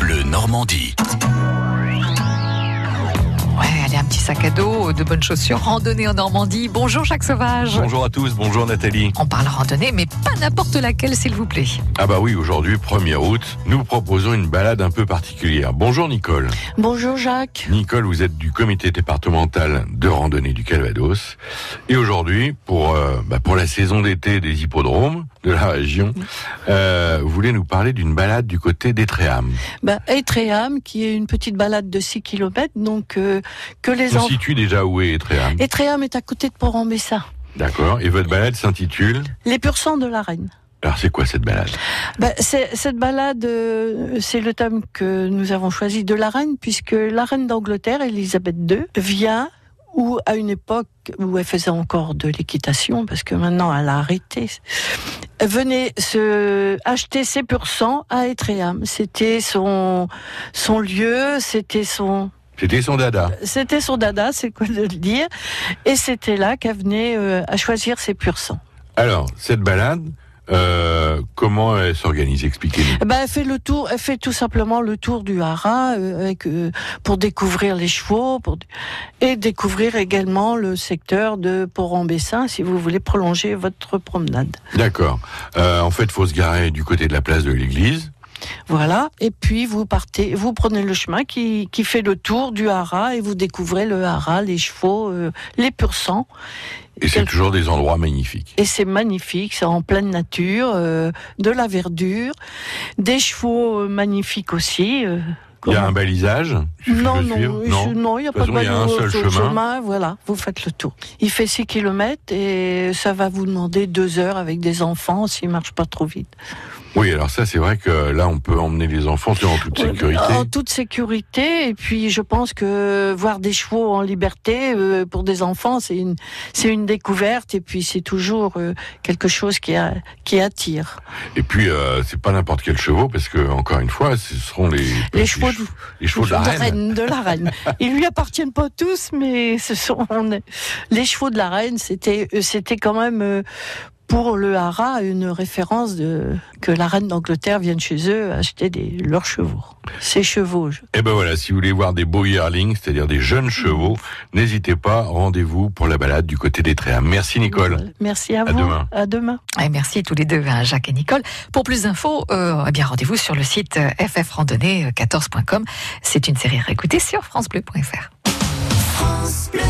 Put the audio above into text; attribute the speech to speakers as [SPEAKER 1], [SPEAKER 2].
[SPEAKER 1] Bleu Normandie.
[SPEAKER 2] Ouais, allez, un petit sac à dos, de bonnes chaussures, randonnée en Normandie. Bonjour Jacques Sauvage.
[SPEAKER 3] Bonjour à tous, bonjour Nathalie.
[SPEAKER 2] On parle randonnée, mais pas n'importe laquelle, s'il vous plaît.
[SPEAKER 3] Ah bah oui, aujourd'hui, 1er août, nous proposons une balade un peu particulière. Bonjour Nicole.
[SPEAKER 4] Bonjour Jacques.
[SPEAKER 3] Nicole, vous êtes du comité départemental de randonnée du Calvados. Et aujourd'hui, pour, euh, bah, pour la saison d'été des hippodromes de la région, euh, vous voulez nous parler d'une balade du côté d'Étréham.
[SPEAKER 4] Bah, Etréham, qui est une petite balade de 6 km, donc euh, que les
[SPEAKER 3] On
[SPEAKER 4] enfants.
[SPEAKER 3] situe déjà où est Étréham.
[SPEAKER 4] Etréham est à côté de Port-en-Bessin.
[SPEAKER 3] D'accord. Et votre balade s'intitule...
[SPEAKER 4] Les pur sang de la reine.
[SPEAKER 3] Alors c'est quoi cette balade
[SPEAKER 4] Bah, c'est- cette balade, euh, c'est le thème que nous avons choisi de la reine, puisque la reine d'Angleterre, Elisabeth II, vient ou à une époque où elle faisait encore de l'équitation, parce que maintenant elle a arrêté, venait se acheter ses pur sang à Etréham. C'était son, son lieu, c'était son,
[SPEAKER 3] C'était son dada.
[SPEAKER 4] C'était son dada, c'est quoi de le dire. Et c'était là qu'elle venait euh, à choisir ses pur sang.
[SPEAKER 3] Alors, cette balade, euh, comment elle s'organise Expliquez-nous.
[SPEAKER 4] Eh Ben, elle fait le tour, elle fait tout simplement le tour du haras euh, avec, euh, pour découvrir les chevaux pour, et découvrir également le secteur de Port-en-Bessin si vous voulez prolonger votre promenade.
[SPEAKER 3] D'accord. Euh, en fait, faut se garer du côté de la place de l'église.
[SPEAKER 4] Voilà. Et puis vous partez, vous prenez le chemin qui, qui fait le tour du haras et vous découvrez le haras, les chevaux, euh, les pur sang.
[SPEAKER 3] Et c'est toujours des endroits magnifiques.
[SPEAKER 4] Et c'est magnifique, c'est en pleine nature, euh, de la verdure, des chevaux euh, magnifiques aussi. euh,
[SPEAKER 3] Il y a
[SPEAKER 4] comment-
[SPEAKER 3] un balisage suffit
[SPEAKER 4] non,
[SPEAKER 3] de
[SPEAKER 4] non,
[SPEAKER 3] suivre.
[SPEAKER 4] je-
[SPEAKER 3] non.
[SPEAKER 4] non, il n'y a
[SPEAKER 3] De toute
[SPEAKER 4] pas de
[SPEAKER 3] façon, il y a un
[SPEAKER 4] bagnole
[SPEAKER 3] seul
[SPEAKER 4] sur le
[SPEAKER 3] chemin.
[SPEAKER 4] Voilà, vous faites le tour. Il fait 6 km et ça va vous demander deux heures avec des enfants s'ils ne marchent pas trop vite.
[SPEAKER 3] Oui, alors ça, c'est vrai que là, on peut emmener les enfants tu vois, en toute sécurité.
[SPEAKER 4] En toute sécurité. Et puis, je pense que voir des chevaux en liberté euh, pour des enfants, c'est une, c'est une découverte. Et puis, c'est toujours euh, quelque chose qui, a- qui attire.
[SPEAKER 3] Et puis, euh, c'est pas n'importe quel chevaux, parce que encore une fois, ce seront les
[SPEAKER 4] Les chevaux de-
[SPEAKER 3] les chevaux de la reine.
[SPEAKER 4] de la reine. Ils lui appartiennent pas tous, mais ce sont les chevaux de la reine. C'était, c'était quand même euh, pour le haras une référence de que la reine d'Angleterre vienne chez eux acheter des, leurs chevaux, ses chevaux. je-
[SPEAKER 3] Et ben voilà, si vous voulez voir des beaux yearlings, c'est-à-dire des jeunes chevaux, n'hésitez pas. Rendez-vous pour la balade du côté des Tréhams. Merci Nicole.
[SPEAKER 4] Merci à,
[SPEAKER 3] À
[SPEAKER 4] vous.
[SPEAKER 3] demain.
[SPEAKER 4] À demain.
[SPEAKER 2] Ouais, merci tous les deux, hein, Jacques et Nicole. Pour plus d'infos, euh, eh bien rendez-vous sur le site euh, ffrandonnée14.com. C'est une série réécoutée sur francebleu.fr.
[SPEAKER 5] France Bleu.